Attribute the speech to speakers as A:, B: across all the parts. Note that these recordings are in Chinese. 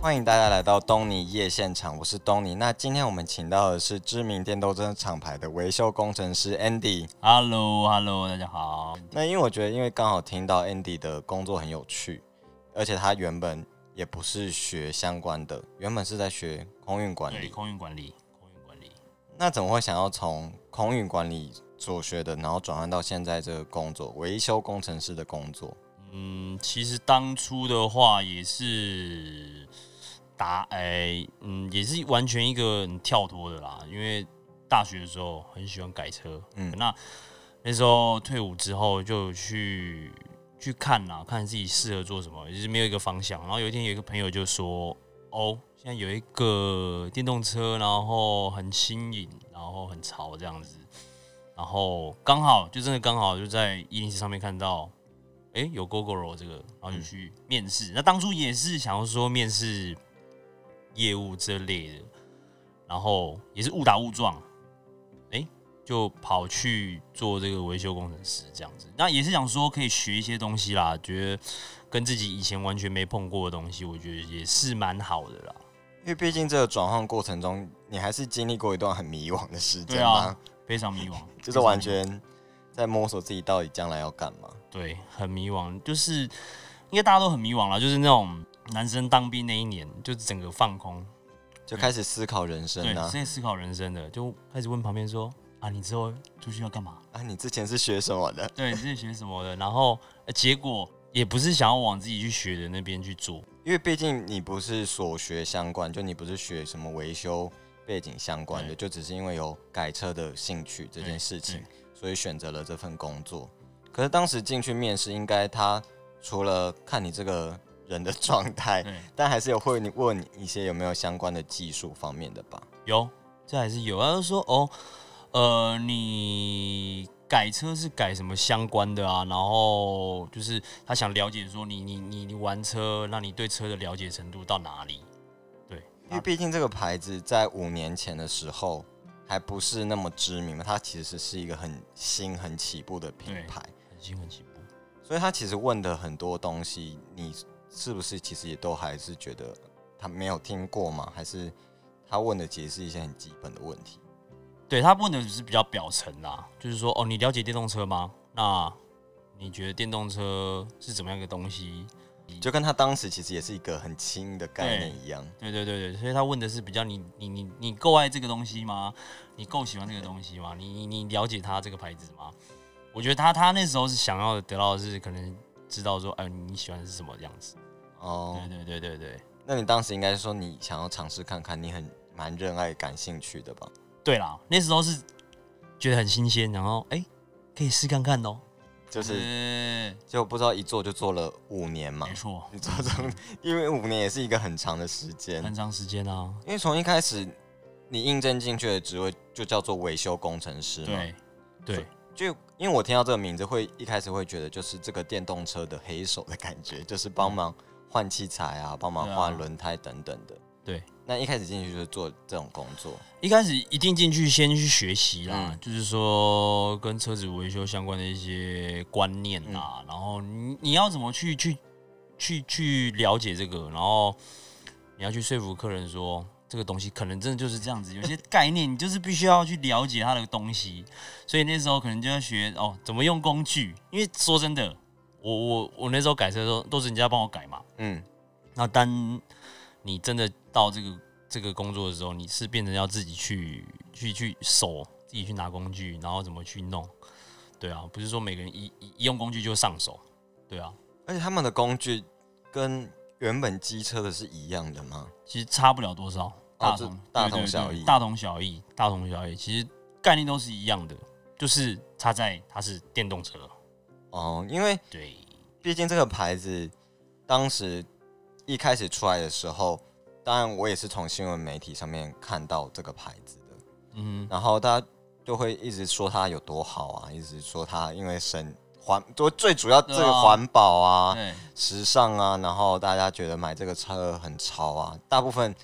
A: 欢迎大家来到东尼夜现场，我是东尼。那今天我们请到的是知名电动车厂牌的维修工程师 Andy。
B: Hello，Hello，大家好。
A: 那因为我觉得，因为刚好听到 Andy 的工作很有趣，而且他原本也不是学相关的，原本是在学空运管
B: 对，
A: 理。
B: 空运管理，空运管理。
A: 那怎么会想要从空运管理所学的，然后转换到现在这个工作，维修工程师的工作？
B: 嗯，其实当初的话也是打，哎、嗯，也是完全一个很跳脱的啦。因为大学的时候很喜欢改车，
A: 嗯
B: 嗯，那那时候退伍之后就去去看啦，看自己适合做什么，也是没有一个方向。然后有一天有一个朋友就说：“哦，现在有一个电动车，然后很新颖，然后很潮这样子。”然后刚好就真的刚好就在一零四上面看到，哎、有 GoGoRo 这个，然
A: 嗯
B: 后就去面试。那当初也是想要说面试业务这类的，然后也是误打误撞，哎、就跑去做这个维修工程师这样子。那也是想说可以学一些东西啦，觉得跟自己以前完全没碰过的东西，我觉得也是蛮好的啦。
A: 因为毕竟这个转换过程中，你还是经历过一段很迷惘的时间
B: 对
A: 嘛，
B: 啊非常迷惘，
A: 就是完全在摸索自己到底将来要干嘛。
B: 对，很迷惘，就是应该大家都很迷惘啦，就是那种男生当兵那一年，就是整个放空，
A: 就开始思考人
B: 对，
A: 生啊！
B: 在思考人生的，就开始问旁边说啊，你之后出去要干嘛？
A: 啊，你之前是学什么的？
B: 对，自己学什么的， 然后、呃结果也不是想要往自己去学的那边去做，
A: 因为毕竟你不是所学相关，就你不是学什么维修背景相关的，
B: 对
A: 就只是因为有改车的兴趣这件事情
B: 对，
A: 所以选择了这份工作。可是当时进去面试，应该他除了看你这个人的状态，
B: 对，
A: 但还是有会你问你一些有没有相关的技术方面的吧？
B: 有，这还是有。他就说哦，呃，你改车是改什么相关的啊？然后就是他想了解说你你你你玩车，那你对车的了解程度到哪里？啊
A: 因为毕竟这个牌子在五年前的时候还不是那么知名嘛，它其实是一个很新、很起步的品
B: 对
A: 牌，
B: 很新很起步。
A: 所以他其实问的很多东西，你是不是其实也都还是觉得他没有听过吗？还是他问的其实是一些很基本的问题？
B: 对他问的只是比较表层啦，就是说哦，你了解电动车吗？那你觉得电动车是怎么样一个东西？
A: 就跟他当时其实也是一个很轻的概念一样。
B: 嗯对对对对，所以他问的是比较你你你你够爱这个东西吗？你够喜欢这个东西吗？你你你了解它这个牌子吗？我觉得他他那时候是想要得到的是可能知道说，哎、你喜欢是什么样子？
A: 哦，
B: 对对对对对
A: 那你当时应该说你想要尝试看看，你很蛮热爱、感兴趣的吧？
B: 对啦，那时候是觉得很新鲜，然后哎、可以试看看哦。
A: 就
B: 就是
A: 就不知道一做就做了五年嘛
B: 没。错，
A: 你做这种，因为五年也是一个很长的时间，
B: 很长时间啊。
A: 因为从一开始你应征进去的职位就叫做维修工程师嘛。
B: 对对，
A: 就因为我听到这个名字，会一开始会觉得就是这个电动车的黑手的感觉，就是帮忙换器材啊，帮忙
B: 对啊
A: 换轮胎等等的。
B: 对，啊
A: 那一开始进去就是做这种工作，
B: 一开始一定进去先去学习啦，
A: 嗯
B: 就是说跟车子维修相关的一些观念啦，然后你你要怎么去去去去了解这个，然后你要去说服客人说这个东西可能真的就是这样子，有些概念你就是必须要去了解它的东西，所以那时候可能就要学哦怎么用工具，因为说真的，我我我那时候改车的时候都是人家帮我改嘛，
A: 嗯，
B: 那当你真的到这个这个工作的时候，你是变成要自己去去去手，自己去拿工具，然后怎么去弄？对啊，不是说每个人一一一用工具就上手，对啊，
A: 而且他们的工具跟原本机车的是一样的吗？
B: 其实差不了多少，大
A: 哦这
B: 同、
A: 大
B: 对对
A: 同
B: 对
A: 小异
B: 大同小异，大同小异，其实概念都是一样的，就是差在它是电动车，
A: 哦，因为
B: 对，
A: 毕竟这个牌子当时一开始出来的时候，当然我也是从新闻媒体上面看到这个牌子的，
B: 嗯，
A: 然后大家就会一直说它有多好啊，一直说它因为省环，多最主要这
B: 对
A: 个
B: 啊
A: 环保啊、
B: 对，
A: 时尚啊，然后大家觉得买这个车很潮啊，大部分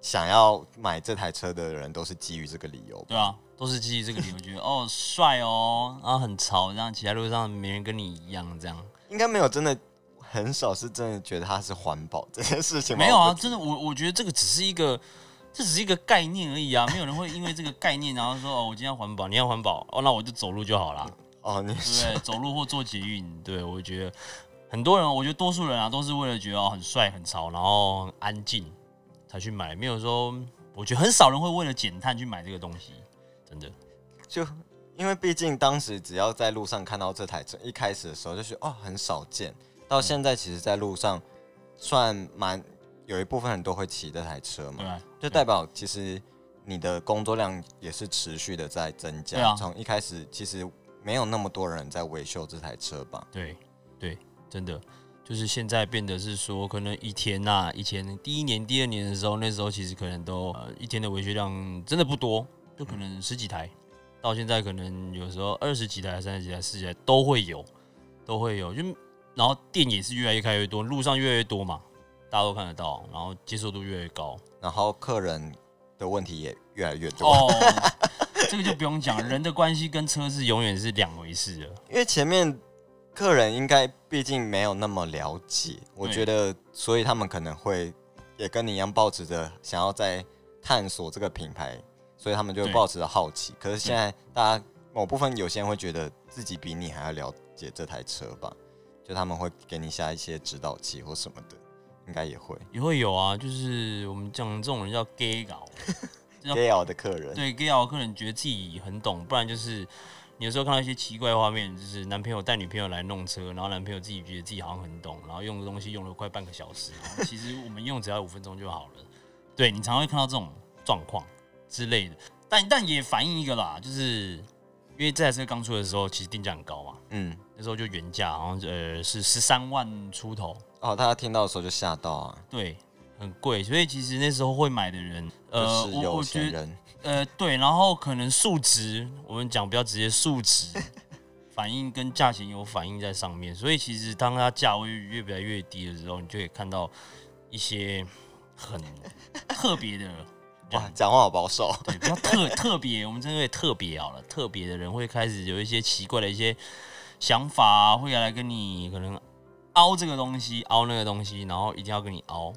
A: 想要买这台车的人都是基于这个理由。
B: 对啊，都是基于这个理由，觉得哦帅哦，然后很潮，这样骑在路上没人跟你一样这样。
A: 应该没有真的很少是真的觉得它是环保这件事情吗。
B: 没有
A: 我
B: 啊，
A: 不
B: 真的，我我觉得这个只是一个，这只是一个概念而已啊，没有人会因为这个概念然后说哦，我今天要环保，你要环保哦，那我就走路就好啦，
A: 哦，你
B: 对不对？走路或坐捷运，对我觉得很多人，我觉得多数人啊，都是为了觉得哦很帅、很潮，然后很安静才去买，没有说，我觉得很少人会为了减碳去买这个东西，真的。
A: 就因为毕竟当时只要在路上看到这台车，一开始的时候就是哦很少见，到现在其实在路上算蛮有一部分人都会骑这台车
B: 对啊
A: 嘛，
B: 嗯吧？
A: 就代表其实你的工作量也是持续的在增
B: 对
A: 加。
B: 啊
A: 从、一开始其实没有那么多人在维修这台车吧？
B: 对对，真的就是现在变得是说，可能一天呐、以前第一年、第二年的时候，那时候其实可能都、呃、一天的维修量真的不多，就可能十几台，到现在可能有时候二十几台、三十几台、四十几台都会有，都会有。就然后店也是越来越开越多，路上越来越多嘛，大家都看得到，然后接受度越来越高。
A: 然后客人的问题也越来越多，
B: 哦， 这个就不用讲，人的关系跟车是永远是两回事的。
A: 因为前面客人应该毕竟没有那么了解，我觉得，所以他们可能会也跟你一样，抱持着想要在探索这个品牌，所以他们就
B: 对
A: 抱持着好奇。可是现在大家某部分有些人会觉得自己比你还要了解这台车吧，就他们会给你下一些指导期或什么的，应该也会。
B: 也会有啊，就是我们讲这种人叫 gay 佬，要
A: gay 的客人，
B: 对 gay 佬客人觉得自己很懂，不然就是你有时候看到一些奇怪的画面，就是男朋友带女朋友来弄车，然后男朋友自己觉得自己好像很懂，然后用的东西用了快半个小时，然后其实我们用只要五分钟就好了。对你常会看到这种状况之类的，但但也反映一个啦，就是因为这台车刚出的时候，其实定价很高嘛，
A: 嗯，
B: 那时候就原价好像是呃是十三万出头，
A: 哦，大家听到的时候就吓到啊，
B: 对，很贵，所以其实那时候会买的人，呃，
A: 就是
B: 我
A: 有
B: 我觉
A: 钱
B: 得，
A: 人，
B: 呃，对，然后可能数值，我们讲比较直接，数值反应跟价钱有反应在上面，所以其实当它价位越越来越低的时候，你就可以看到一些很特别的
A: 哇
B: 人，，
A: 讲话好保守。
B: 对，比较特特别，我们真的特别好了，特别的人会开始有一些奇怪的一些想法啊、会来跟你可能凹这个东西，凹那个东西，然后一定要跟你凹。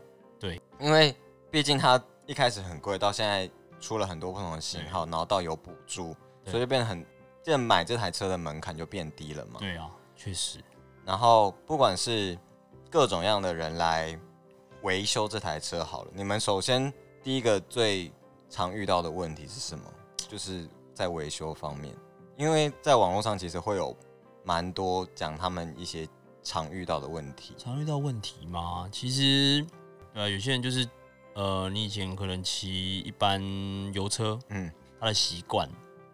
A: 因为毕竟它一开始很贵，到现在出了很多不同的型号，然后到有补助，
B: 对
A: 所以就变得很，这买这台车的门槛就变低了嘛。
B: 对啊，确实，
A: 然后不管是各种样的人来维修这台车好了，你们首先第一个最常遇到的问题是什么？就是在维修方面，因为在网络上其实会有蛮多讲他们一些常遇到的问题。
B: 常遇到问题吗？其实，呃，有些人就是，呃，你以前可能骑一般油车，
A: 嗯，
B: 他的习惯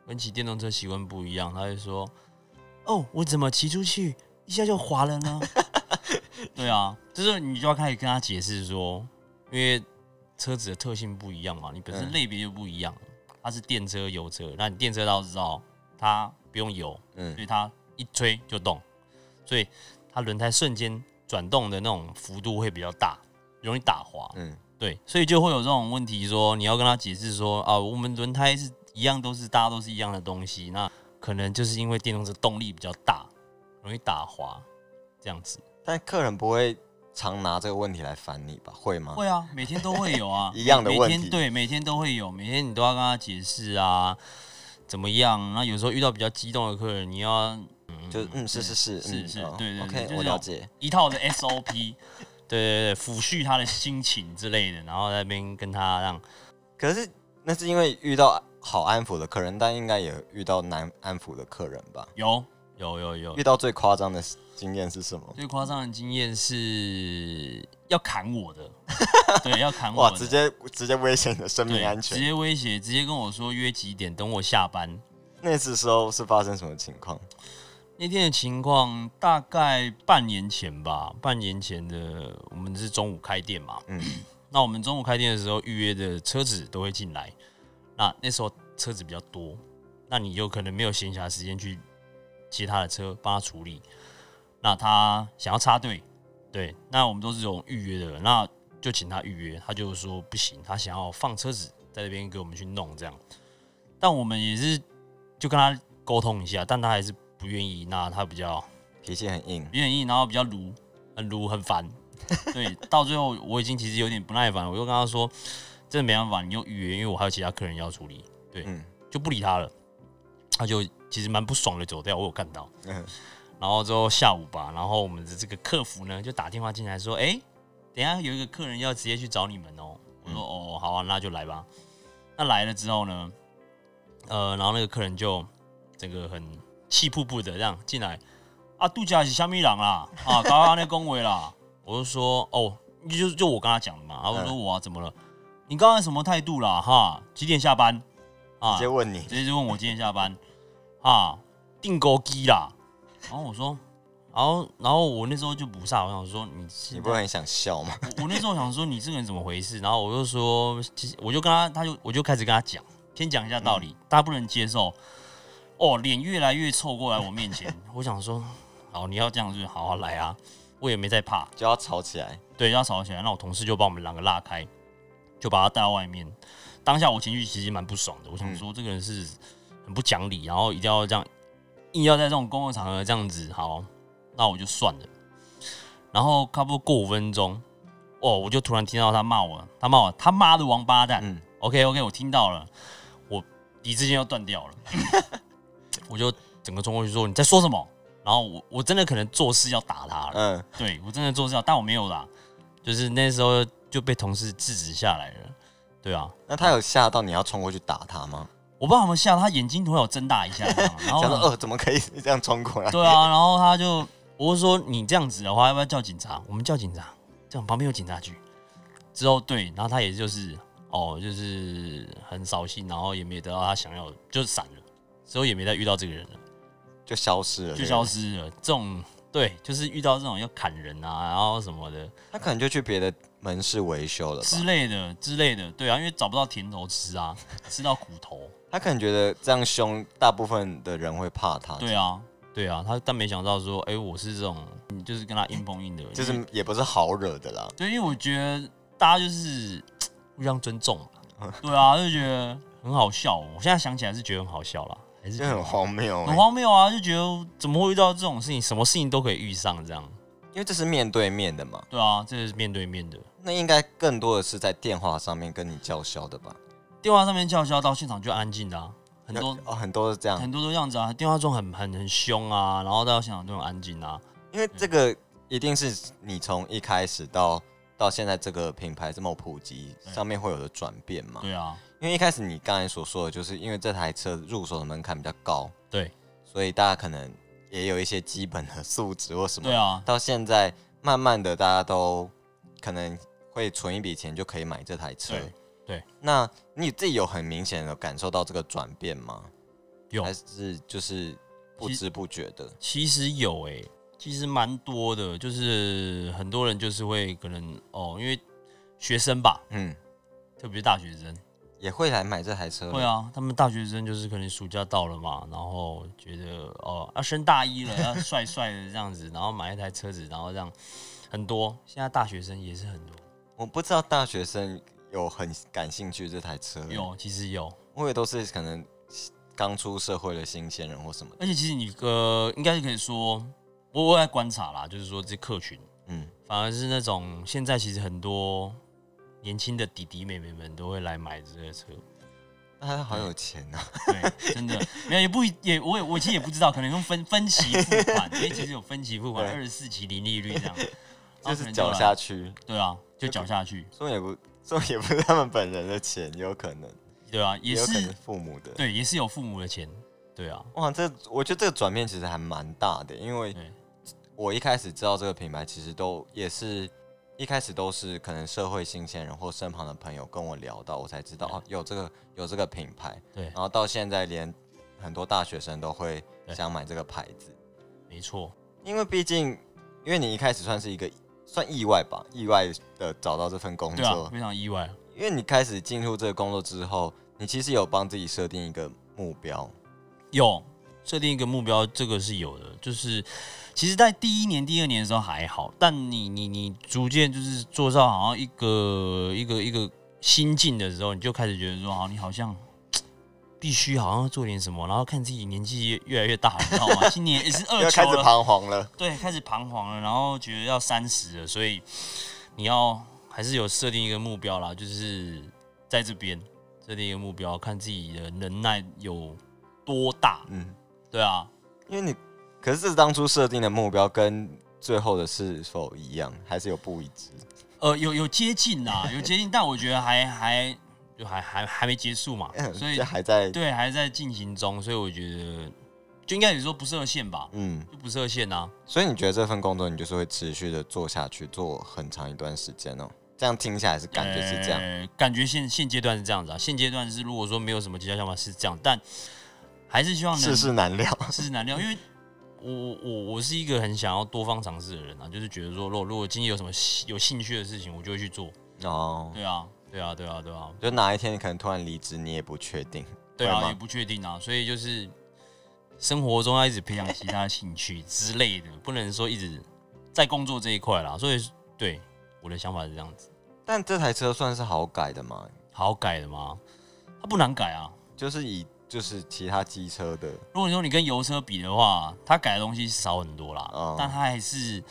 B: 跟骑电动车习惯不一样，他会说：“哦，我怎么骑出去一下就滑了呢？” 对啊，就是你就要开始跟他解释说，因为车子的特性不一样嘛，你本身
A: 嗯
B: 类别就不一样，它是电车、油车，那你电车大家都知道，它不用油，
A: 嗯
B: 所以它一吹就动，所以它轮胎瞬间转动的那种幅度会比较大，容易打滑。
A: 嗯，
B: 对，所以就会有这种问题说你要跟他解释说啊，我们轮胎是一样，都是大家都是一样的东西，那可能就是因为电动车动力比较大，容易打滑，这样子。
A: 但客人不会常拿这个问题来烦你吧？会吗？，
B: 会啊，每天都会有啊
A: 一样的
B: 每
A: 问
B: 每
A: 题
B: 天对，每天都会有，每天你都要跟他解释啊，怎么样？那有时候遇到比较激动的客人，你要
A: 就是嗯，是是是
B: 是
A: 嗯
B: 是
A: 哦
B: 对对对
A: OK，
B: 就是
A: 我
B: 那
A: 了
B: 种
A: 解。
B: 一套的 SOP，对对对，抚恤他的心情之类的，然后在那边跟他让
A: 可是那是因为遇到好安抚的客人，但应该也遇到难安抚的客人吧？
B: 有有有有
A: 遇到最夸张的经验是什么？
B: 最夸张的经验是要砍 我的，对，要砍我
A: 哇，
B: 的，
A: 直接直接威胁你的生
B: 对
A: 命安
B: 直
A: 全。
B: 接威胁，直接跟我说约几点，等我下班。
A: 那次时候是发生什么情况？
B: 那天的情况大概半年前吧，半年前的我们是中午开店嘛，
A: 嗯，
B: 那我们中午开店的时候预约的车子都会进来，那那时候车子比较多，那你有可能没有闲暇时间去接他的车，帮他处理。那他想要插队，对，那我们都是这种预约的人，那就请他预约，他就说不行，他想要放车子在那边给我们去弄这样，但我们也是就跟他沟通一下，但他还是不愿意，那他比较
A: 脾气很硬
B: 不，愿意，然后比较鲁，很撸很 烦。对，到最后我已经其实有点不耐烦，我就跟他说，真的没办法，你用语言，因为我还有其他客人要处理，对，
A: 嗯
B: 就不理他了。他就其实蛮不爽的走掉，我有看到。
A: 嗯
B: 然后之后下午吧，然后我们的这个客服呢就打电话进来说，哎、等一下有一个客人要直接去找你们哦、我说哦，好啊，那就来吧。那来了之后呢，呃，然后那个客人就整个很气瀑布的这样进来，啊，度假是虾米人啦，啊，搞到那恭维啦。我就说哦，就就我跟他讲的嘛，然后我
A: 嗯
B: 说我、啊、怎么了？你刚才什么态度啦？哈，几点下班？啊
A: 直接问你，
B: 直接就问我今天下班啊，订钩机啦。然后我说，然后然后我那时候就不傻，我想说你是
A: 你不会很想笑吗？
B: 我我那时候想说你这个人怎么回事，然后我就说，其实我就跟他，他就我就开始跟他讲，先讲一下道理，大家不能接受，哦，脸越来越凑过来我面前，我想说，好，你要这样子，好好来啊，我也没在怕，
A: 就要吵起来，
B: 对，要吵起来，那我同事就把我们两个拉开，就把他带到外面。当下我情绪其实蛮不爽的，我想说这个人是很不讲理，然后一定要这样，硬要在这种公共场合这样子，好，那我就算了。然后差不多过五分钟，哦，我就突然听到他骂我，他骂我他妈的王八蛋。
A: 嗯
B: OK OK，我听到了，我理智线要断掉了，我就整个冲过去说你在说什么？然后我我真的可能做事要打他了。
A: 嗯，
B: 对我真的做得到，但我没有啦，就是那时候就被同事制止下来了。对啊，
A: 那他有吓到你要冲过去打他吗？
B: 我不知道他们吓，他眼睛突然有睁大一下，你知道吗然
A: 想说
B: 后
A: 呃，怎么可以这样冲过来？
B: 对啊，然后他就我就说你这样子的话，要不要叫警察？我们叫警察，这样旁边有警察局。之后对，然后他也就是哦，就是很扫兴，然后也没得到他想要的，就闪了，之后也没再遇到这个人了。
A: 就消失了，
B: 就消
A: 失。
B: 失了。这种对，就是遇到这种要砍人啊，然后什么的
A: 他可能就去别的门市维修了吧？
B: 之类的之类的，对啊，因为找不到甜头吃啊，吃到苦 头。
A: 他可能觉得这样凶，大部分的人会怕他，
B: 对啊，对啊，他但没想到说，哎、我是这种，嗯就是跟他硬碰硬的，
A: 就
B: 因为
A: 是也不是好惹的啦。
B: 对，因为我觉得大家就是嘖互相 尊重嘛，
A: 嗯
B: 对啊，就觉得很好笑。哦我现在想起来是觉得很好笑啦，还是
A: 就很荒谬、
B: 很
A: 欸，
B: 荒谬啊，就觉得怎么会遇到这种事情，什么事情都可以遇上这样。
A: 因为这是面对面的嘛，
B: 对啊，这是面对面的。
A: 那应该更多的是在电话上面跟你叫嚣的吧？
B: 电话上面叫嚣到现场就安静的、啊，很多
A: 哦，很多是这样
B: 很，多都这样子啊，电话中很很很凶啊，然后到现场都很安静啊。
A: 因为这个一定是你从一开始到到现在这个品牌这么普及，
B: 对
A: 上面会有的转变嘛。
B: 对啊，
A: 因为一开始你刚才所说的，就是因为这台车入手的门槛比较高，
B: 对
A: 所以大家可能也有一些基本的素质或什么
B: 对。啊，
A: 到现在，慢慢的大家都可能会存一笔钱就可以买这台车。
B: 对对
A: 那你自己有很明显的感受到这个转变吗？
B: 有
A: 还是就是不知不觉的？
B: 其实有诶、其实蛮多的，就是很多人就是会可能哦，因为学生吧，
A: 嗯，
B: 特别是大学生，
A: 也会来买这台车。
B: 会，啊，他们大学生就是可能暑假到了嘛，然后觉得哦，要、升大一 了，要帅帅的这样子，然后买一台车子，然后这样很多，现在大学生也是很多，
A: 我不知道大学生有很感兴趣这台车，，
B: 有其实有，
A: 我也都是可能刚出社会的新鲜人或什么的。
B: 而且其实你呃，应该是可以说，我我在观察啦，就是说这客群
A: 嗯，
B: 反而是那种现在其实很多年轻的弟弟妹妹们都会来买这个车，
A: 那他好有钱啊！
B: 对，真的 没有也不一也我也我其实也不知道，可能用分分期付款， 因为其实有分期付款，
A: 对
B: 二十四期零利率这 样，
A: 就
B: 然后可
A: 是
B: 能
A: 缴
B: 来
A: 下去，
B: 对啊，就缴下去，
A: 说也不说也不是他们本人的钱，也有可能，
B: 对啊，也
A: 有可
B: 是
A: 能父母的。
B: 对，也是有父母的钱，对啊，
A: 哇，这我觉得这个转变其实还蛮大的，因为
B: 对
A: 我一开始知道这个品牌，其实都也是一开始都是可能社会新鲜人或身旁的朋友跟我聊到，我才知道
B: 对
A: 哦有这个有这个品牌，
B: 对
A: 然，后到现在连很多大学生都会
B: 对
A: 想买这个牌子，
B: 没错，
A: 因为毕竟因为你一开始算是一个算意外吧，意外的找到这份工
B: 对啊，
A: 作，
B: 非常意外，
A: 因为你开始进入这个工作之后，你其实有帮自己设定一个目标，
B: 有设定一个目标，这个是有的。就是其实，在第一年、第二年的时候还好，但你你你逐渐就是做到好像一个一个一个心境的时候，你就开始觉得说，好，你好像必须好像做点什么，然后看自己年纪越来越大，你知道吗？今年也 是二
A: 要
B: 秋
A: 开始
B: 了，
A: 彷徨了。
B: 对，开始彷徨了，然后觉得要三十了，所以你要还是有设定一个目标啦，就是在这边设定一个目标，看自己的能耐有多大。
A: 嗯，
B: 对啊，
A: 因为你可是这是当初设定的目标跟最后的是否一样，还是有不一致？
B: 呃，有有接近啦，有接近，但我觉得还还就还还还没结束嘛，所以
A: 嗯 这还在
B: 对还在进行中，所以我觉得就应该也说不设限吧，
A: 嗯，
B: 就不设限啊。
A: 所以你觉得这份工作你就是会持续的做下去，做很长一段时间哦？这样听起来是感觉是这样，
B: 呃感觉现现阶段是这样子啊，现阶段是如果说没有什么其他想法是这样，但还是希望能
A: 世事难料。
B: 世事难料，因为我我我我是一个很想要多方尝试的人啊，就是觉得说，如果如果今天有什么兴有兴趣的事情，我就会去做。
A: 哦，
B: 对啊，对啊，对啊，对啊，
A: 就哪一天你可能突然离职，你也不确定。
B: 对
A: 会
B: 啊，
A: 吗
B: 也不确定啊，所以就是生活中要一直培养其他兴趣之类的，不能说一直在工作这一块啦。所以对我的想法是这样子，
A: 但这台车算是好改的嘛？
B: 好改的吗？它不难改啊。
A: 就是以就是其他机车的，
B: 如果说你跟油车比的话，它改的东西少很多啦，
A: 哦
B: 但它还是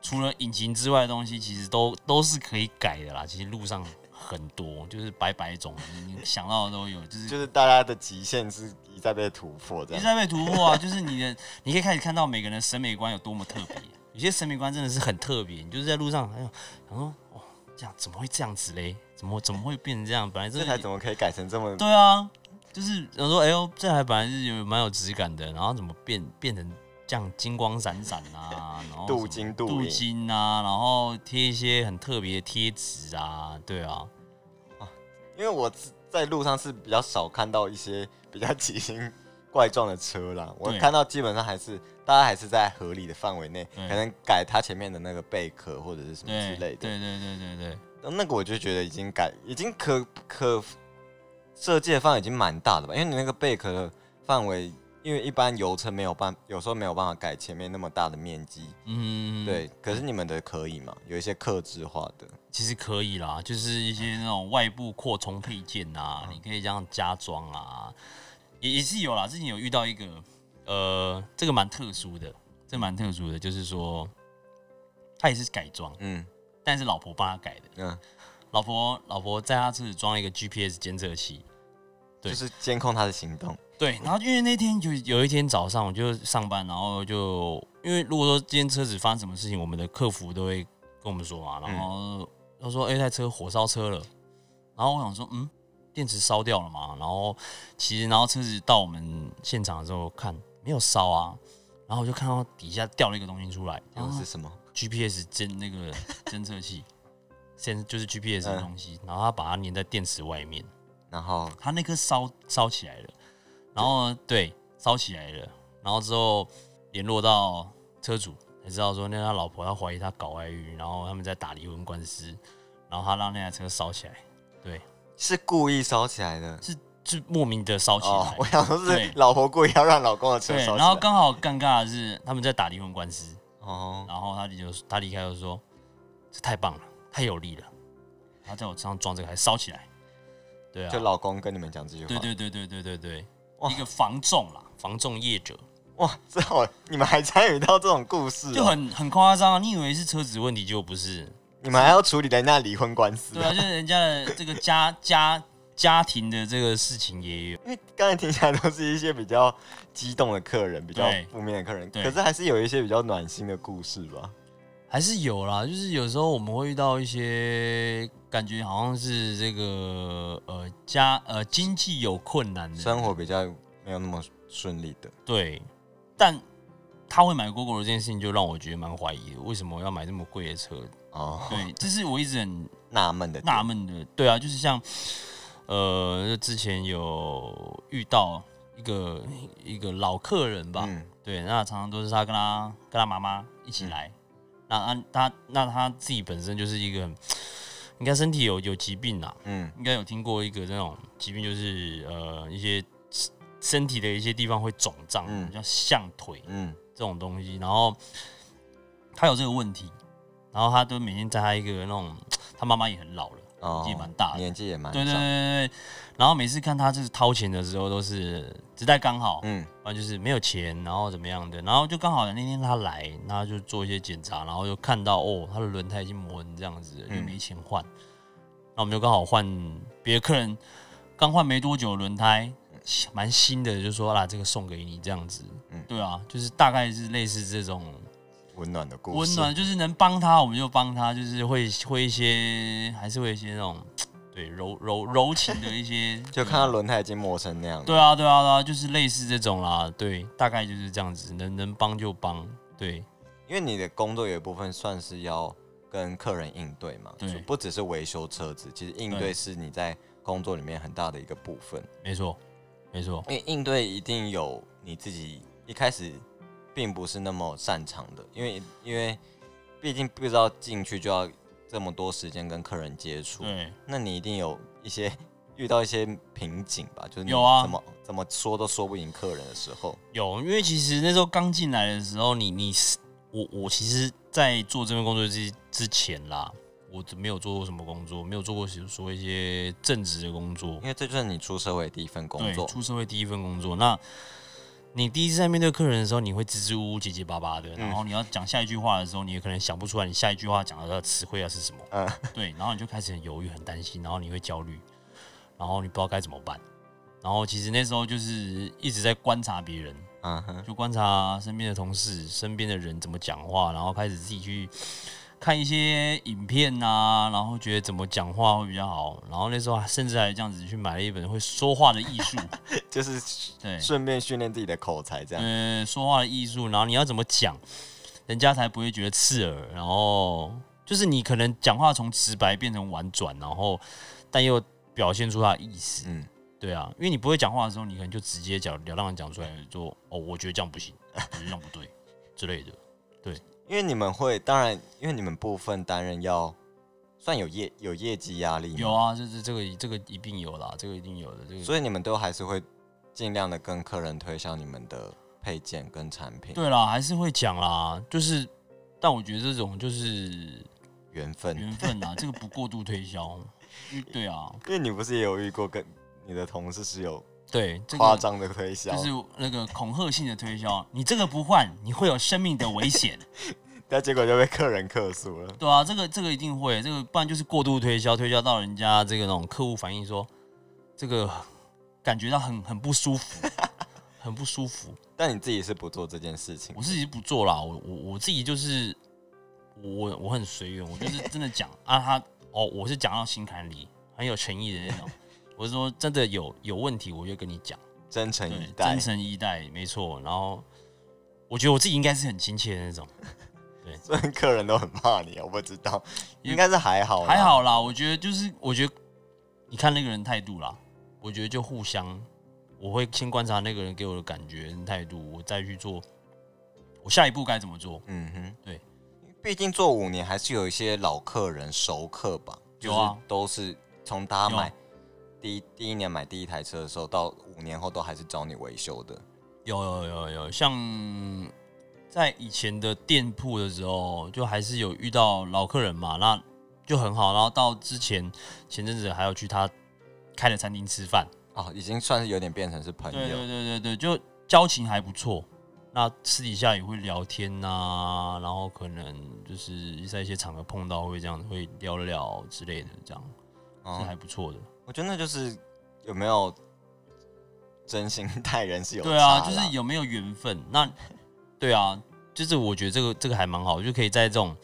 B: 除了引擎之外的东西，其实都都是可以改的啦。其实路上很多，就是百百种，你你想到的都有，就是
A: 就是大家的极限是一再被突破这
B: 一直
A: 样。
B: 在被突破啊！ 就是你的，你可以开始看到每个人的审美观有多么特别。有些审美观真的是很特别，你就是在路上，哎呦，然后哦，这样怎么会这样子嘞？怎么怎么会变成这样？本来这
A: 这台怎么可以改成这么？
B: 对啊，就是想说，哎呦，这台本来是有蛮有质感的，然后怎么变变成这样金光闪闪啊，然后什么
A: 镀金镀
B: 镀
A: 银
B: 金啊，然后贴一些很特别的贴纸啊，对啊，
A: 因为我在路上是比较少看到一些比较奇形怪状的车啦，我
B: 对
A: 看到基本上还是大家还是在合理的范围内，
B: 对
A: 可能改它前面的那个贝壳或者是什么
B: 对
A: 之类
B: 对
A: 的。
B: 对对对对，
A: 那个我就觉得已经改，已经可可设计的范围已经蛮大的吧，因为你那个贝壳的范围，因为一般油车没有办，有时候没有办法改前面那么大的面积。
B: 嗯，
A: 对，可是你们的可以嘛？有一些克制化的，
B: 其实可以啦，就是一些那种外部扩充配件啊，你可以这样加装啊，也也是有啦。之前有遇到一个，呃，这个蛮特殊的，这蛮特殊的，就是说他也是改装，
A: 嗯
B: 但是老婆帮他改的。
A: 嗯，
B: 老婆老婆在他车子装一个 GPS 监测器，对
A: 就是监控他的行动。
B: 对，然后因为那天就有一天早上我就上班，然后就因为如果说今天车子发生什么事情，我们的客服都会跟我们说嘛，然后他说：“哎、那台车火烧车了。”然后我想说：“嗯，电池烧掉了嘛？”然后其实然后车子到我们现场的时候看没有烧啊，然后我就看到底下掉了一个东西出来，
A: 这
B: 然
A: 个
B: 后
A: 是什么？
B: GPS 监那个 侦测器，先就是 GPS 的东西，然后他把它粘在电池外面。
A: 然后
B: 它那颗烧烧起来了，然后对烧起来了，然后之后联络到车主才知道说，那他老婆他怀疑他搞外遇，然后他们在打离婚官司，然后他让那台车烧起来，对，
A: 是故意烧起来的。
B: 是是莫名的烧起来，
A: 哦，我想说
B: 对
A: 是老婆故意要让老公的车
B: 对，
A: 烧起
B: 然后
A: 来。
B: 刚好尴尬的是他们在打离婚官司，
A: 哦，
B: 然后他就他离开就说，这太棒了，太有力了，他在我身上装这个还烧起来，对啊
A: 就，老公跟你们讲这句话。
B: 对对对对对对对，
A: 哇
B: 一个防重啦，防重业者。
A: 哇，这我你们还参与到这种故事、哦，
B: 就很很夸张啊！你以为是车子问题，结果不是。
A: 你们还要处理人家离婚官司、
B: 对 啊，就是人家的这个家家家庭的这个事情也有。
A: 因为刚才听起来都是一些比较激动的客人，比较
B: 对
A: 负面的客人，
B: 对
A: 可是还是有一些比较暖心的故事吧。
B: 还是有啦，就是有时候我们会遇到一些感觉好像是这个呃家呃经济有困难的
A: 生活比较没有那么顺利的，
B: 对，但他会买 GoGo 的这件事情就让我觉得蛮怀疑的，为什么要买这么贵的车？
A: 哦，
B: 对，这是我一直很
A: 纳闷的点，
B: 纳闷的，对啊，就是像呃，之前有遇到一个一个老客人吧，
A: 嗯，
B: 对，那常常都是他跟他跟他妈妈一起来，
A: 嗯
B: 那那他那他自己本身就是一个很应该身体有有疾病啊，
A: 嗯
B: 应该有听过一个这种疾病，就是呃一些身体的一些地方会肿胀，
A: 嗯
B: 叫象腿，
A: 嗯
B: 这种东西，然后他有这个问题，然后他都每天在他一个那种，他妈妈也很老了，
A: 哦
B: 纪蛮大的
A: 年纪也蛮
B: 对对对
A: 长，
B: 对对，然后每次看他就是掏钱的时候，都是只带刚好，
A: 嗯，
B: 反正就是没有钱，然后怎么样的，然后就刚好那天他来，他就做一些检查，然后就看到哦，他的轮胎已经磨成这样子了，
A: 嗯
B: 又没钱换，那我们就刚好换别的客人刚换没多久的轮胎，蛮新的，就说啦啊这个送给你这样子，
A: 嗯
B: 对啊，就是大概是类似这种
A: 温暖的故事，
B: 温暖，就是能帮他我们就帮他，就是会会一些还是会一些那种对柔柔柔情的一些
A: 就看到轮胎已经磨成那样了，
B: 对啊，对啊，对啊，就是类似这种啦，对，大概就是这样子，能能帮就帮，对
A: 因为你的工作有一部分算是要跟客人应对嘛，
B: 对
A: 就不只是维修车子，其实应对
B: 对
A: 是你在工作里面很大的一个部分，
B: 没错，没错，
A: 因为应对一定有你自己一开始并不是那么擅长的，因为因为毕竟不知道进去就要这么多时间跟客人接触，
B: 对，
A: 那你一定有一些遇到一些瓶颈吧？就是你
B: 有啊
A: 怎么怎么说都说不赢客人的时候，
B: 有，因为其实那时候刚进来的时候，你你是我我其实，在做这份工作之之前啦，我没有做过什么工作，没有做过比如说一些正职的工作
A: 因，为这就是你出社会第一份工作
B: 对，，出社会第一份工作，那。你第一次在面对客人的时候，你会支支吾吾、结结巴巴的，然
A: 嗯
B: 后你要讲下一句话的时候，你也可能想不出来你下一句话讲的词汇啊要是什么。
A: 嗯，
B: 对，然后你就开始很犹豫、很担心，然后你会焦虑，然后你不知道该怎么办。然后其实那时候就是一直在观察别人，
A: 嗯哼，
B: 就观察身边的同事、身边的人怎么讲话，然后开始自己去看一些影片啊，然后觉得怎么讲话会比较好。然后那时候还啊甚至还这样子去买了一本会说话的艺术，
A: 就是啊
B: 对，
A: 顺便训练自己的口才，这样。
B: 呃，说话的艺术，然后你要怎么讲，人家才不会觉得刺耳。然后就是你可能讲话从直白变成婉转，然后但又表现出他的意思。
A: 嗯，
B: 对啊，因为你不会讲话的时候，你可能就直接讲了当的讲出来，说哦，我觉得这样不行， 我觉得这样不对之类的。
A: 因为你们会，当然，因为你们部分担任要算有业有业绩压力，
B: 有，啊，这这这个这个一定有啦，这个一定有的。这个
A: 嗯所以你们都还是会尽量的跟客人推销你们的配件跟产品，
B: 对啦，还是会讲啦，就是但我觉得这种就是
A: 缘分。
B: 缘分啊啦，这个不过度推销。因为对啊，
A: 因为你不是也有遇过跟你的同事是有
B: 对这个
A: 夸张的推销，
B: 就是那个恐吓性的推销，你这个不换，你会有生命的危险。
A: 但结果就被客人客诉了。
B: 对啊，这个这个一定会，这个不然就是过度推销，推销到人家这个那种客户反映说，这个感觉到很很不舒服， 很不舒服。
A: 但你自己是不做这件事情
B: 我，自己不做啦，我我我自己就是我我很随缘，我就是真的讲啊他哦，我是讲到心坎里，很有诚意的那种。我是说真的有有问题，我就跟你讲。
A: 真诚
B: 对
A: 以，待
B: 真。诚以待，没错。然后我觉得我自己应该是很亲切的那种，
A: 虽然客人都很怕你，啊我不知道，
B: 也
A: 应该是还好，
B: 还。好啦。我觉得就是，我觉得你看那个人态度啦，我觉得就互相，我会先观察那个人给我的感觉跟态度，我再去做我下一步该怎么做。
A: 嗯哼，
B: 对，
A: 毕竟做五年还是有一些老客人、熟客吧，
B: 有啊，
A: 都是从他
B: 有
A: 买第一第一年买第一台车的时候，到五年后都还是找你维修的。
B: 有有有有，像在以前的店铺的时候，就还是有遇到老客人嘛，那就很好。然后到之前前阵子还要去他开的餐厅吃饭。
A: 哦，已经算是有点变成是朋
B: 对
A: 友
B: 对，对对对，就交情还不错。那私底下也会聊天呐、然后可能就是在一些场合碰到会这样会聊聊之类的，这样是还
A: 哦，
B: 不错的。
A: 我觉得那就是有没有真心待人是有
B: 对啊，
A: 差
B: 就
A: 啦
B: 是有没有缘分？那对啊，就是我觉得这个这个还蛮好，就可以在这种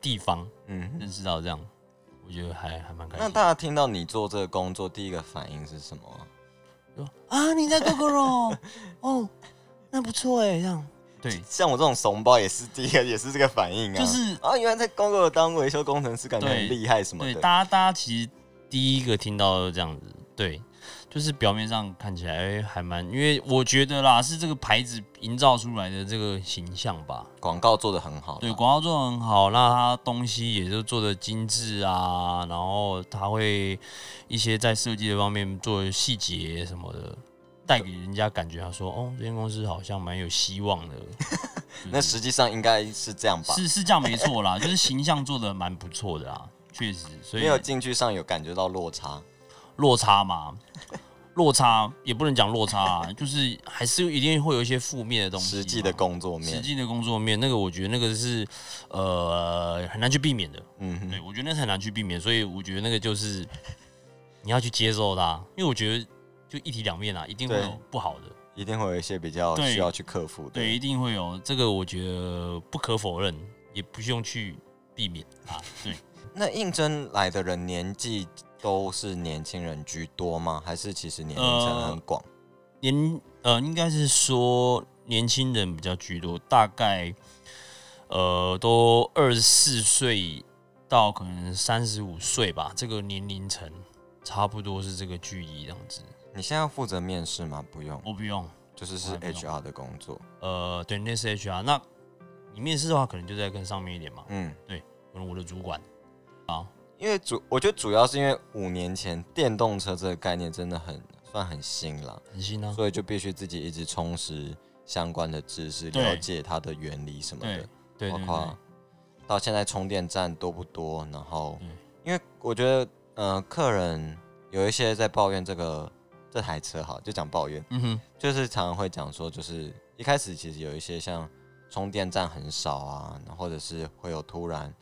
B: 地方
A: 嗯哼。
B: 认识到这样，我觉得还还蛮开
A: 那
B: 心
A: 大家
B: 的。
A: 听到你做这个工作，第一个反应是什么啊？
B: 说啊，你在 Gogoro 哦，那不错哎，这样对，
A: 像我这种怂包也是第一个，也是这个反应啊。
B: 就是
A: 啊，原来在工作当维修工程师，感觉
B: 对
A: 很厉害什么
B: 对，
A: 的。
B: 大家大家其实第一个听到的这样子，对，就是表面上看起来哎还蛮，因为我觉得啦是这个牌子营造出来的这个形象吧，
A: 广告做的很好啦，
B: 对，广告做得很好，那它东西也就做的精致啊，然后它会一些在设计的方面做细节什么的。带给人家感觉，他说：“哦，这间公司好像蛮有希望的。
A: 那实际上应该是这样吧？
B: 是”是这样没错啦，就是形象做的蛮不错的啦。啊确实，所以
A: 没有进去上有感觉到落差，
B: 落差嘛， 落差也不能讲落差、啊，就是还是一定会有一些负面的东西嘛。
A: 实际的工作
B: 实
A: 面，
B: 际的工作面，那个我觉得那个是呃很难去避免的。
A: 嗯哼，
B: 对，我觉得那是很难去避免，所以我觉得那个就是你要去接受它、因为我觉得就一体两面啊，一定会
A: 对
B: 有不好的，
A: 一定会有一些比较
B: 对
A: 需要去克服的。
B: 对，一定会有这个，我觉得不可否认，也不用去避免啊。对，
A: 那应征来的人年纪都是年轻人居多吗？还是其实年龄层很广？
B: 年呃，应该是说年轻人比较居多，大概呃都二十四岁到可能三十五岁吧，这个年龄层差不多是这个距离这样子。
A: 你现在要负责面试吗？不用，
B: 呃我不用，
A: 就是
B: 我
A: 是
B: 还没有
A: HR 的工作。
B: 呃，对，那是 HR。那你面试的话，可能就再更上面一点嘛，
A: 嗯，
B: 可能我的主管啊，
A: 因为主我觉得主要是因为五年前电动车这个概念真的很算很新啦，
B: 很新啊，
A: 所以就必须自己一直充实相关的知识，
B: 对
A: 了解它的原理什么
B: 对
A: 的。
B: 对
A: 包
B: 对
A: 括
B: 对，嗯
A: 到现在充电站多不多？然后
B: 对，
A: 因为我觉得，呃，客人有一些在抱怨这个这台车，好，就讲抱怨，
B: 嗯哼，
A: 就是常常会讲说，就是一开始其实有一些像充电站很少啊，然后或者是会有突然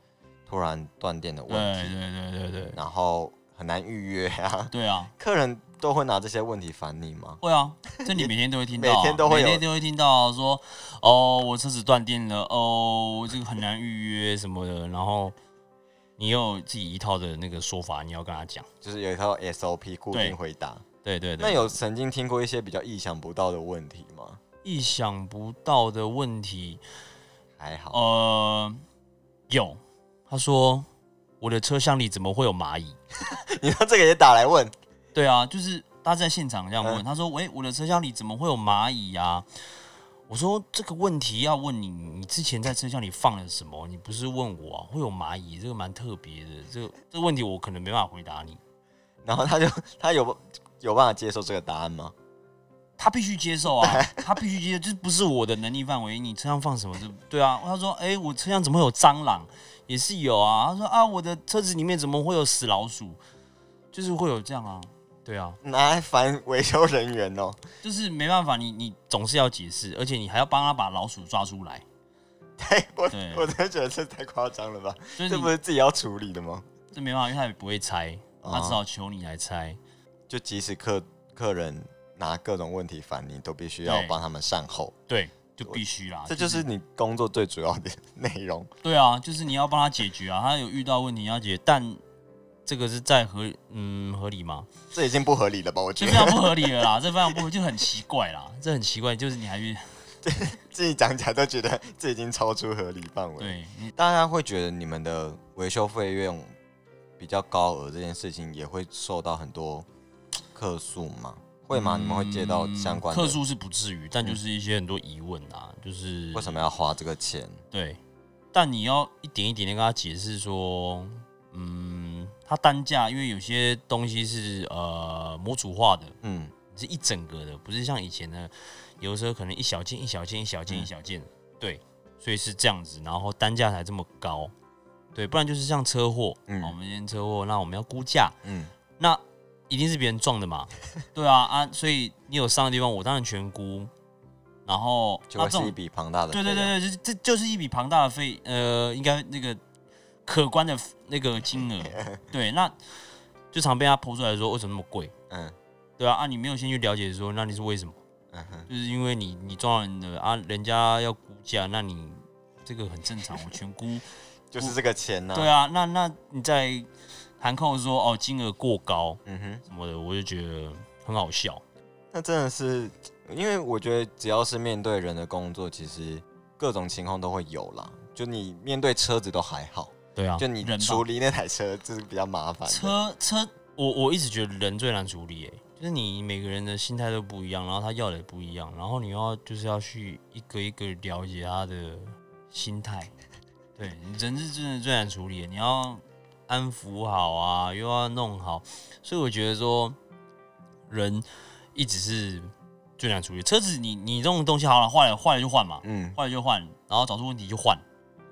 A: 突然断电的
B: 对
A: 问题，
B: 对对对对
A: 然后很难预约啊，
B: 对啊，
A: 客人都会拿这些问题烦你吗？
B: 会啊，这你每天都会听到啊、
A: 每天都会有
B: 每天都会听到说，哦，我车子断电了，哦，这个很难预约什么的，然后你有自己一套的那个说法，你要跟他讲，
A: 就是有一套 SOP 固
B: 对
A: 定回答。
B: 对对对，
A: 那有曾经听过一些比较意想不到的问题吗？
B: 意想不到的问题，
A: 还好，
B: 呃，有，他说我的车厢里怎么会有蚂蚁？
A: 你说这个也打来问，
B: 对啊，就是他在现场这样问，他说：“喂、我的车厢里怎么会有蚂蚁啊？”我说：“这个问题要问你，你之前在车厢里放了什么？你不是问我啊？会有蚂蚁，这个蛮特别的。这个这个问题我可能没办法回答你。
A: 然后他就 他有有办法接受这个答案吗？
B: 他必须接受啊，他必须接受，这不是我的能力范围。你车上放什么？这对啊。他说：‘哎、我车厢怎么会有蟑螂？也是有啊。’他说：‘啊，我的车子里面怎么会有死老鼠？就是会有这样啊。’对啊，
A: 拿来烦维修人员哦，
B: 就是没办法，你你总是要解释，而且你还要帮他把老鼠抓出来。
A: 太我
B: 对
A: 我真的觉得这太夸张了吧？
B: 就是
A: 这
B: 你
A: 不是自己要处理的吗？
B: 这没办法，因为他也不会猜，
A: 哦
B: 他只好求你来猜。
A: 就即使客客人拿各种问题烦你，都必须要
B: 对
A: 帮他们善后，
B: 对，就必须啦。
A: 这就是你工作最主要的内 容。
B: 对啊，就是你要帮他解决啊，他有遇到问题要解，但这个是在合嗯合理吗？
A: 这已经不合理了吧？我
B: 这
A: 觉
B: 非
A: 得
B: 常不合理了啦，这非常不合就很奇怪啦，这很奇怪，就是你还去
A: 自己讲起来都觉得这已经超出合理范围。
B: 对你
A: 大家会觉得你们的维修费用比较高额这件事情，也会受到很多客诉吗？会吗？啊你们会接到相关的？
B: 嗯
A: 嗯
B: 客诉是不至于，但就是一些很多疑问啊，就是
A: 为什么要花这个钱？
B: 对，但你要一点一点的跟他解释说，嗯，它单价因为有些东西是呃模组化的，
A: 嗯，
B: 是一整个的，不是像以前的有的时候可能一小件一小件一小件
A: 嗯
B: 一小件，对，所以是这样子，然后单价才这么高，对，不然就是像车祸，
A: 嗯
B: 嗯，我们今天车祸，那我们要估价，
A: 嗯，
B: 那一定是别人撞的嘛，对啊啊，所以你有伤的地方，我当然全估，然后
A: 就
B: 那
A: 会
B: 这种
A: 是一笔庞大的。
B: 对对，对对，这这就是一笔庞大的费，呃，应该那个可观的那个金额。 对，那就常被他抛出来说为什么那么贵，
A: 嗯
B: 对啊，啊，你没有先去了解说那你是为什么，
A: 嗯哼，
B: 就是因为你你撞人的啊，人家要估价，那你这个很正常，我全估。
A: 就是这个钱呢、
B: 对啊，那那你在含扣说哦金额过高
A: 嗯哼，
B: 什么的，我就觉得很好笑。
A: 那真的是，因为我觉得只要是面对人的工作，其实各种情况都会有啦。就你面对车子都还好，
B: 对啊，
A: 就你
B: 人吧
A: 处理那台车就是比较麻烦的。
B: 车车，我我一直觉得人最难处理、欸，就是你每个人的心态都不一样，然后他要的也不一样，然后你要就是要去一个一个了解他的心态。对，人是真的最难处理的，你要安抚好啊，又要弄好，所以我觉得说人一直是最难处理。车子你你这种东西好了，坏了坏了就换嘛，
A: 嗯，
B: 坏了就换，然后找出问题就换，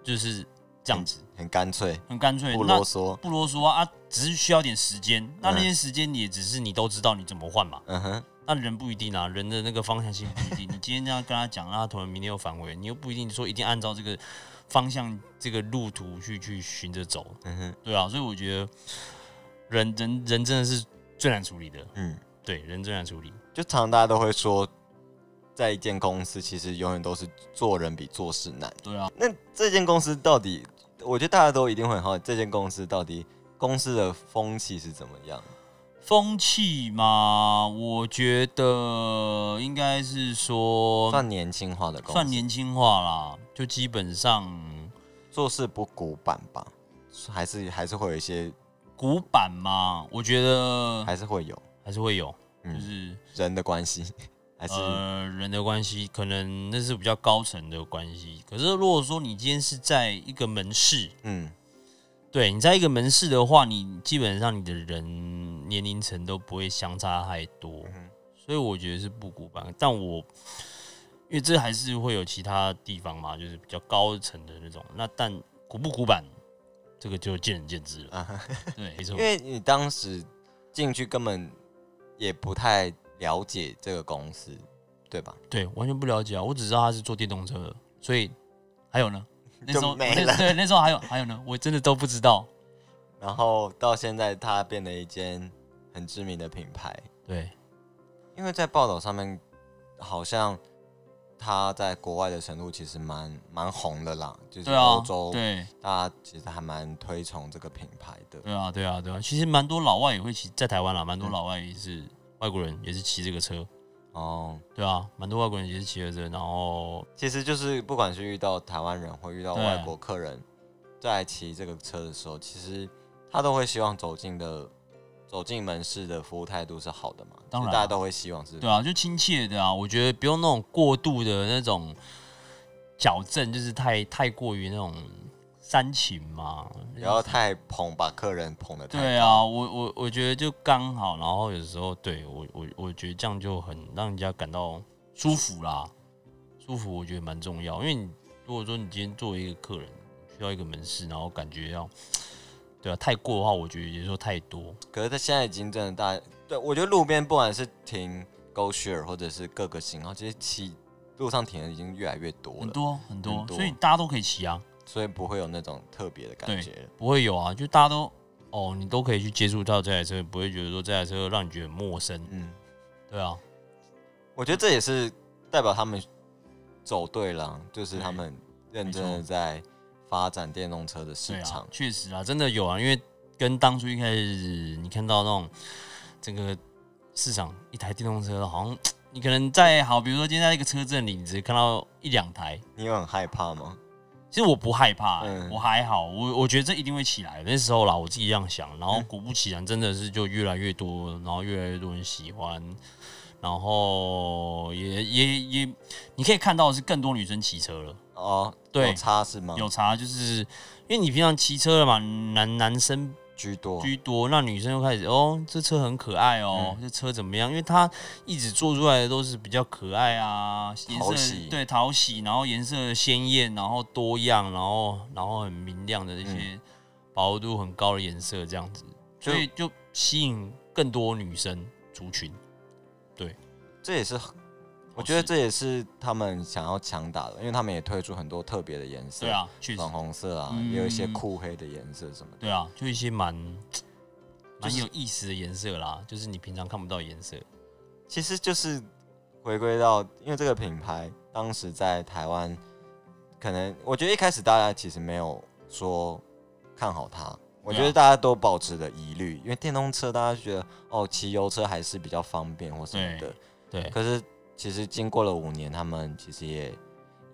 B: 就是这样子，
A: 很干脆，
B: 很干脆，
A: 不
B: 那
A: 啰嗦。
B: 不啰嗦啊，啊只是需要点时间。那那
A: 嗯
B: 些时间你也只是你都知道你怎么换嘛。
A: 嗯哼，
B: 那人不一定啊，人的那个方向性不一定。你今天这样跟他讲，那他突然明天又反悔，你又不一定说一定按照这个方向、这个路途去去循着走，
A: 嗯哼，
B: 对啊。所以我觉得人人人真的是最难处理的，
A: 嗯，
B: 对，人最难处理。
A: 就常常大家都会说，在一间公司其实永远都是做人比做事难。
B: 对啊，
A: 那这间公司到底，我觉得大家都一定会很好奇，这间公司到底公司的风气是怎么样？
B: 风气嘛，我觉得应该是说
A: 算年轻化的公司，
B: 算年轻化啦，就基本上
A: 做事不古板吧，还是还是会有一些，
B: 古板嘛，我觉得
A: 还是会有，
B: 还是会有，就
A: 嗯，
B: 是。
A: 人的关系还是、
B: 呃人的关系，可能那是比较高层的关系。可是如果说你今天是在一个门市，
A: 嗯
B: 对你在一个门市的话，你基本上你的人年龄层都不会相差太多，
A: 嗯哼
B: 所以我觉得是不古板。但我因为这还是会有其他地方嘛，就是比较高层的那种。那但古不古板，这个就见仁见智了。
A: 啊哈，
B: 对，没错
A: 因，为你当时进去根本也不太了解这个公司，对吧？
B: 对，完全不了解啊，我只知道他是做电动车的，所以还有呢，那时候
A: 没
B: 我那
A: 了
B: 对，那时候还有还有呢，我真的都不知道。
A: 然后到现在，它变得一间很知名的品牌，
B: 对，
A: 因为在报道上面，好像它在国外的程度其实蛮蛮红的啦，就是
B: 对啊
A: 欧，洲、
B: 对，
A: 大家其实还蛮推崇这个品牌的。
B: 对啊，对啊，对啊，其实蛮多老外也会骑，在台湾啦，蛮多
A: 嗯
B: 老外也是外国人也是骑这个车，
A: 哦，
B: 对啊，蛮多外国人也是骑着车，然后
A: 其实就是不管是遇到台湾人或遇到
B: 对
A: 外国客人，在骑这个车的时候，其实他都会希望走进的走进门市的服务态度是好的嘛，
B: 当然啊
A: 就大家都会希望是
B: 对啊，就亲切的啊，我觉得不用那种过度的那种矫正，就是太太过于那种煽情嘛，
A: 不要太捧，把客人捧的太
B: 对
A: 高，
B: 啊，我我我觉得就刚好，然后有时候对我我我觉得这样就很让人家感到舒服啦，舒服我觉得蛮重要，因为你如果说你今天作为一个客人去到一个门市，然后感觉要对啊太过的话，我觉得也说太多，
A: 可是他现在已经真的大，对我觉得路边不管是停 Go Share 或者是各个型号，其实骑路上停的已经越来越多
B: 很
A: 了，
B: 多很多
A: 很，多
B: 所以大家都可以骑啊，
A: 所以不会有那种特别的感
B: 对
A: 觉了。
B: 不会有啊，就大家都哦，你都可以去接触到这台车，不会觉得说这台车让你觉得很陌生，
A: 嗯，
B: 对啊，
A: 我觉得这也是代表他们走对了，就是他们认真的在发展电动车的
B: 对
A: 市
B: 啊
A: 场，。
B: 确实啊，真的有啊，因为跟当初一开始你看到那种整个市场一台电动车，好像你可能在好，比如说今天在一个车阵里，你只看到一两台。
A: 你有很害怕吗？
B: 其实我不害怕、欸
A: 嗯
B: 我还好，我我觉得这一定会起来。那时候啦，我自己这样想，然后
A: 嗯
B: 果不其然，真的是就越来越多，然后越来越多人喜欢，然后呃也也也，你可以看到的是更多女生骑车了。
A: 哦，
B: 对
A: 有差是吗？
B: 有差，就是因为你平常骑车了嘛，男男生
A: 居多，
B: 居多，那女生又开始哦，这车很可爱哦，
A: 嗯
B: 这车怎么样？因为它一直做出来的都是比较可爱啊，颜
A: 讨
B: 色
A: 喜
B: 对讨喜，然后颜色鲜艳，然后多样，然后然后很明亮的一些饱和度很高的颜色这样子，
A: 嗯就
B: 所以就吸引更多女生族群。
A: 这也是。我
B: 哦
A: 觉得
B: 是
A: 这也是他们想要强打的，因为他们也推出很多特别的颜色，
B: 对，啊，确实
A: 粉，红色啊，
B: 嗯
A: 也有一些酷黑的颜色什么的。
B: 对啊，就一些蛮
A: 就
B: 蛮
A: 是
B: 有意思的颜色啦，就是你平常看不到的颜色。
A: 其实就是回归到，因为这个品牌当时在台湾，可能我觉得一开始大家其实没有说看好它，我
B: 啊
A: 觉得大家都保持着疑虑，因为电动车大家觉得哦，骑油车还是比较方便或什么的。
B: 对
A: 可是其实经过了五年，他们其实也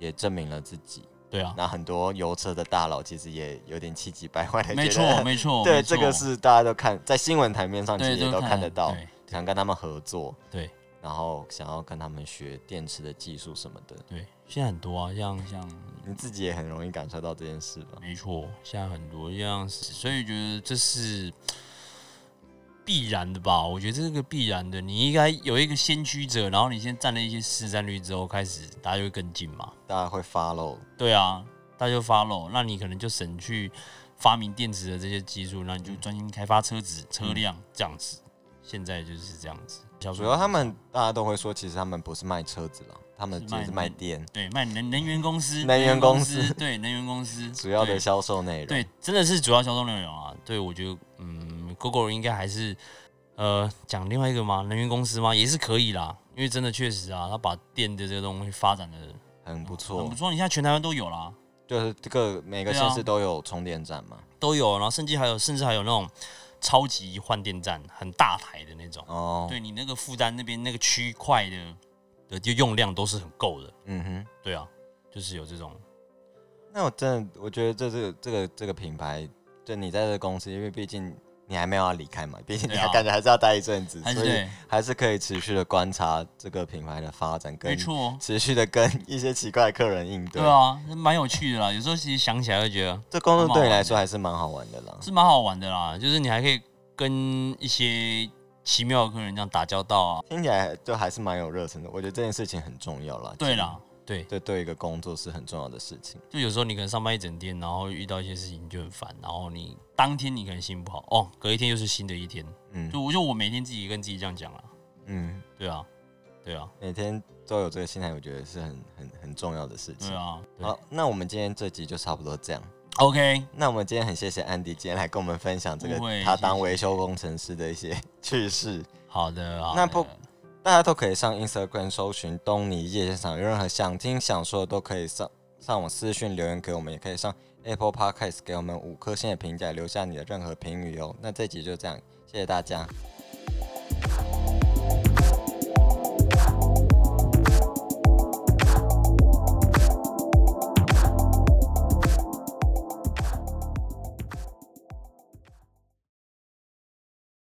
A: 也证明了自己。
B: 对啊，
A: 那很多油车的大佬其实也有点气急败坏的，
B: 没
A: 觉得
B: 错没错，
A: 对，
B: 哦没错
A: 这个是大家都看在新闻台面上，其
B: 对
A: 实也都看得到。
B: 对
A: 想跟他们合作，
B: 对，
A: 然后想要跟他们学电池的技术什么的，
B: 对，现在很多啊，像像
A: 你自己也很容易感受到这件事吧？
B: 没错，现在很多像是，所以觉得这是必然的吧？我觉得这是个必然的，你应该有一个先驱者，然后你先占了一些市占率之后，开始大家就会跟进嘛。
A: 大家会 follow，
B: 对啊，大家就 follow，那你可能就省去发明电池的这些技术，那你就专心开发车
A: 嗯
B: 子、车辆这样子。现在就是这样子，小
A: 主要他们大家都会说，其实他们不是卖车子了，他们
B: 是
A: 其
B: 卖
A: 实是卖
B: 能
A: 电，
B: 对卖能能源公司，
A: 能源公司
B: 对能源公司
A: 主要的
B: 对
A: 销售内容。
B: 对，真的是主要销售内容啊。对，我觉得，嗯，Google 应该还是，呃，讲另外一个嘛，能源公司嘛，也是可以啦。因为真的确实啊，他把电的这个东西发展的
A: 很不
B: 很
A: 错
B: 不，错。你现在全台湾都有啦，
A: 就是这个每个
B: 对
A: 县
B: 啊
A: 市都有充电站嘛。
B: 都有，然后甚至还有，甚至还有那种超级换电站，很大台的那种。
A: 哦，
B: 对你那个负担那边那个区块的的就用量都是很够的。
A: 嗯哼，
B: 对啊，就是有这种
A: 那我真的我觉得这这个这个这个品牌，就你在这个公司，因为毕竟你还没有要离开嘛，毕竟你
B: 对啊
A: 还感觉还是要待一阵子，
B: 还是
A: 所以
B: 哎对，
A: 还是可以持续的观察这个品牌的发展，
B: 没
A: 跟
B: 错，
A: 持续的跟一些奇怪的客人应对。
B: 对啊，蛮有趣的啦。有时候其实想起来会觉得。
A: 这工
B: 蛮
A: 作
B: 好
A: 对
B: 玩
A: 你
B: 的
A: 来说还是蛮好玩的啦。
B: 是蛮好玩的啦，就是你还可以跟一些奇妙的客人这样打交道啊。
A: 听起来就还是蛮有热忱的，我觉得这件事情很重要啦。
B: 对啦，对
A: 其实，，这对一个工作是很重要的事情。
B: 就有时候你可能上班一整天，然后遇到一些事情就很烦，然后你当天你可能心情不好，哦，隔一天又是新的一天。
A: 嗯
B: 就我就我每天自己跟自己这样讲啦，
A: 嗯，
B: 对啊，对啊，
A: 每天都有这个心态，我觉得是很很很重要的事
B: 对
A: 情。
B: 啊，对
A: 好，那我们今天这集就差不多这样。
B: ，OK，
A: 那我们今天很谢谢安迪今天来跟我们分享这个
B: 不会
A: 他当
B: 谢谢
A: 维修工程师的一些 趣事。
B: 好的，好的
A: 那不大家都可以上 Instagram 搜寻东尼夜现场，有任何想听想说的都可以上上网私讯留言给我们，也可以上 Apple Podcast 给我们五颗星的评价，留下你的任何评语哦。那这集就这样，谢谢大家。